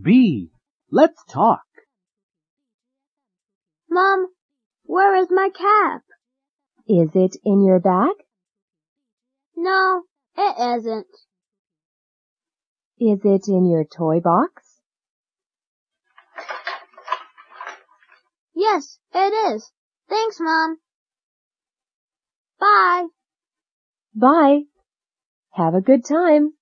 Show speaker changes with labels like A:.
A: Bee, let's talk.
B: Mom, where is my cap?
C: Is it in your bag?
B: No, it isn't.
C: Is it in your toy box?
B: Yes, it is. Thanks, Mom. Bye.
C: Bye. Have a good time.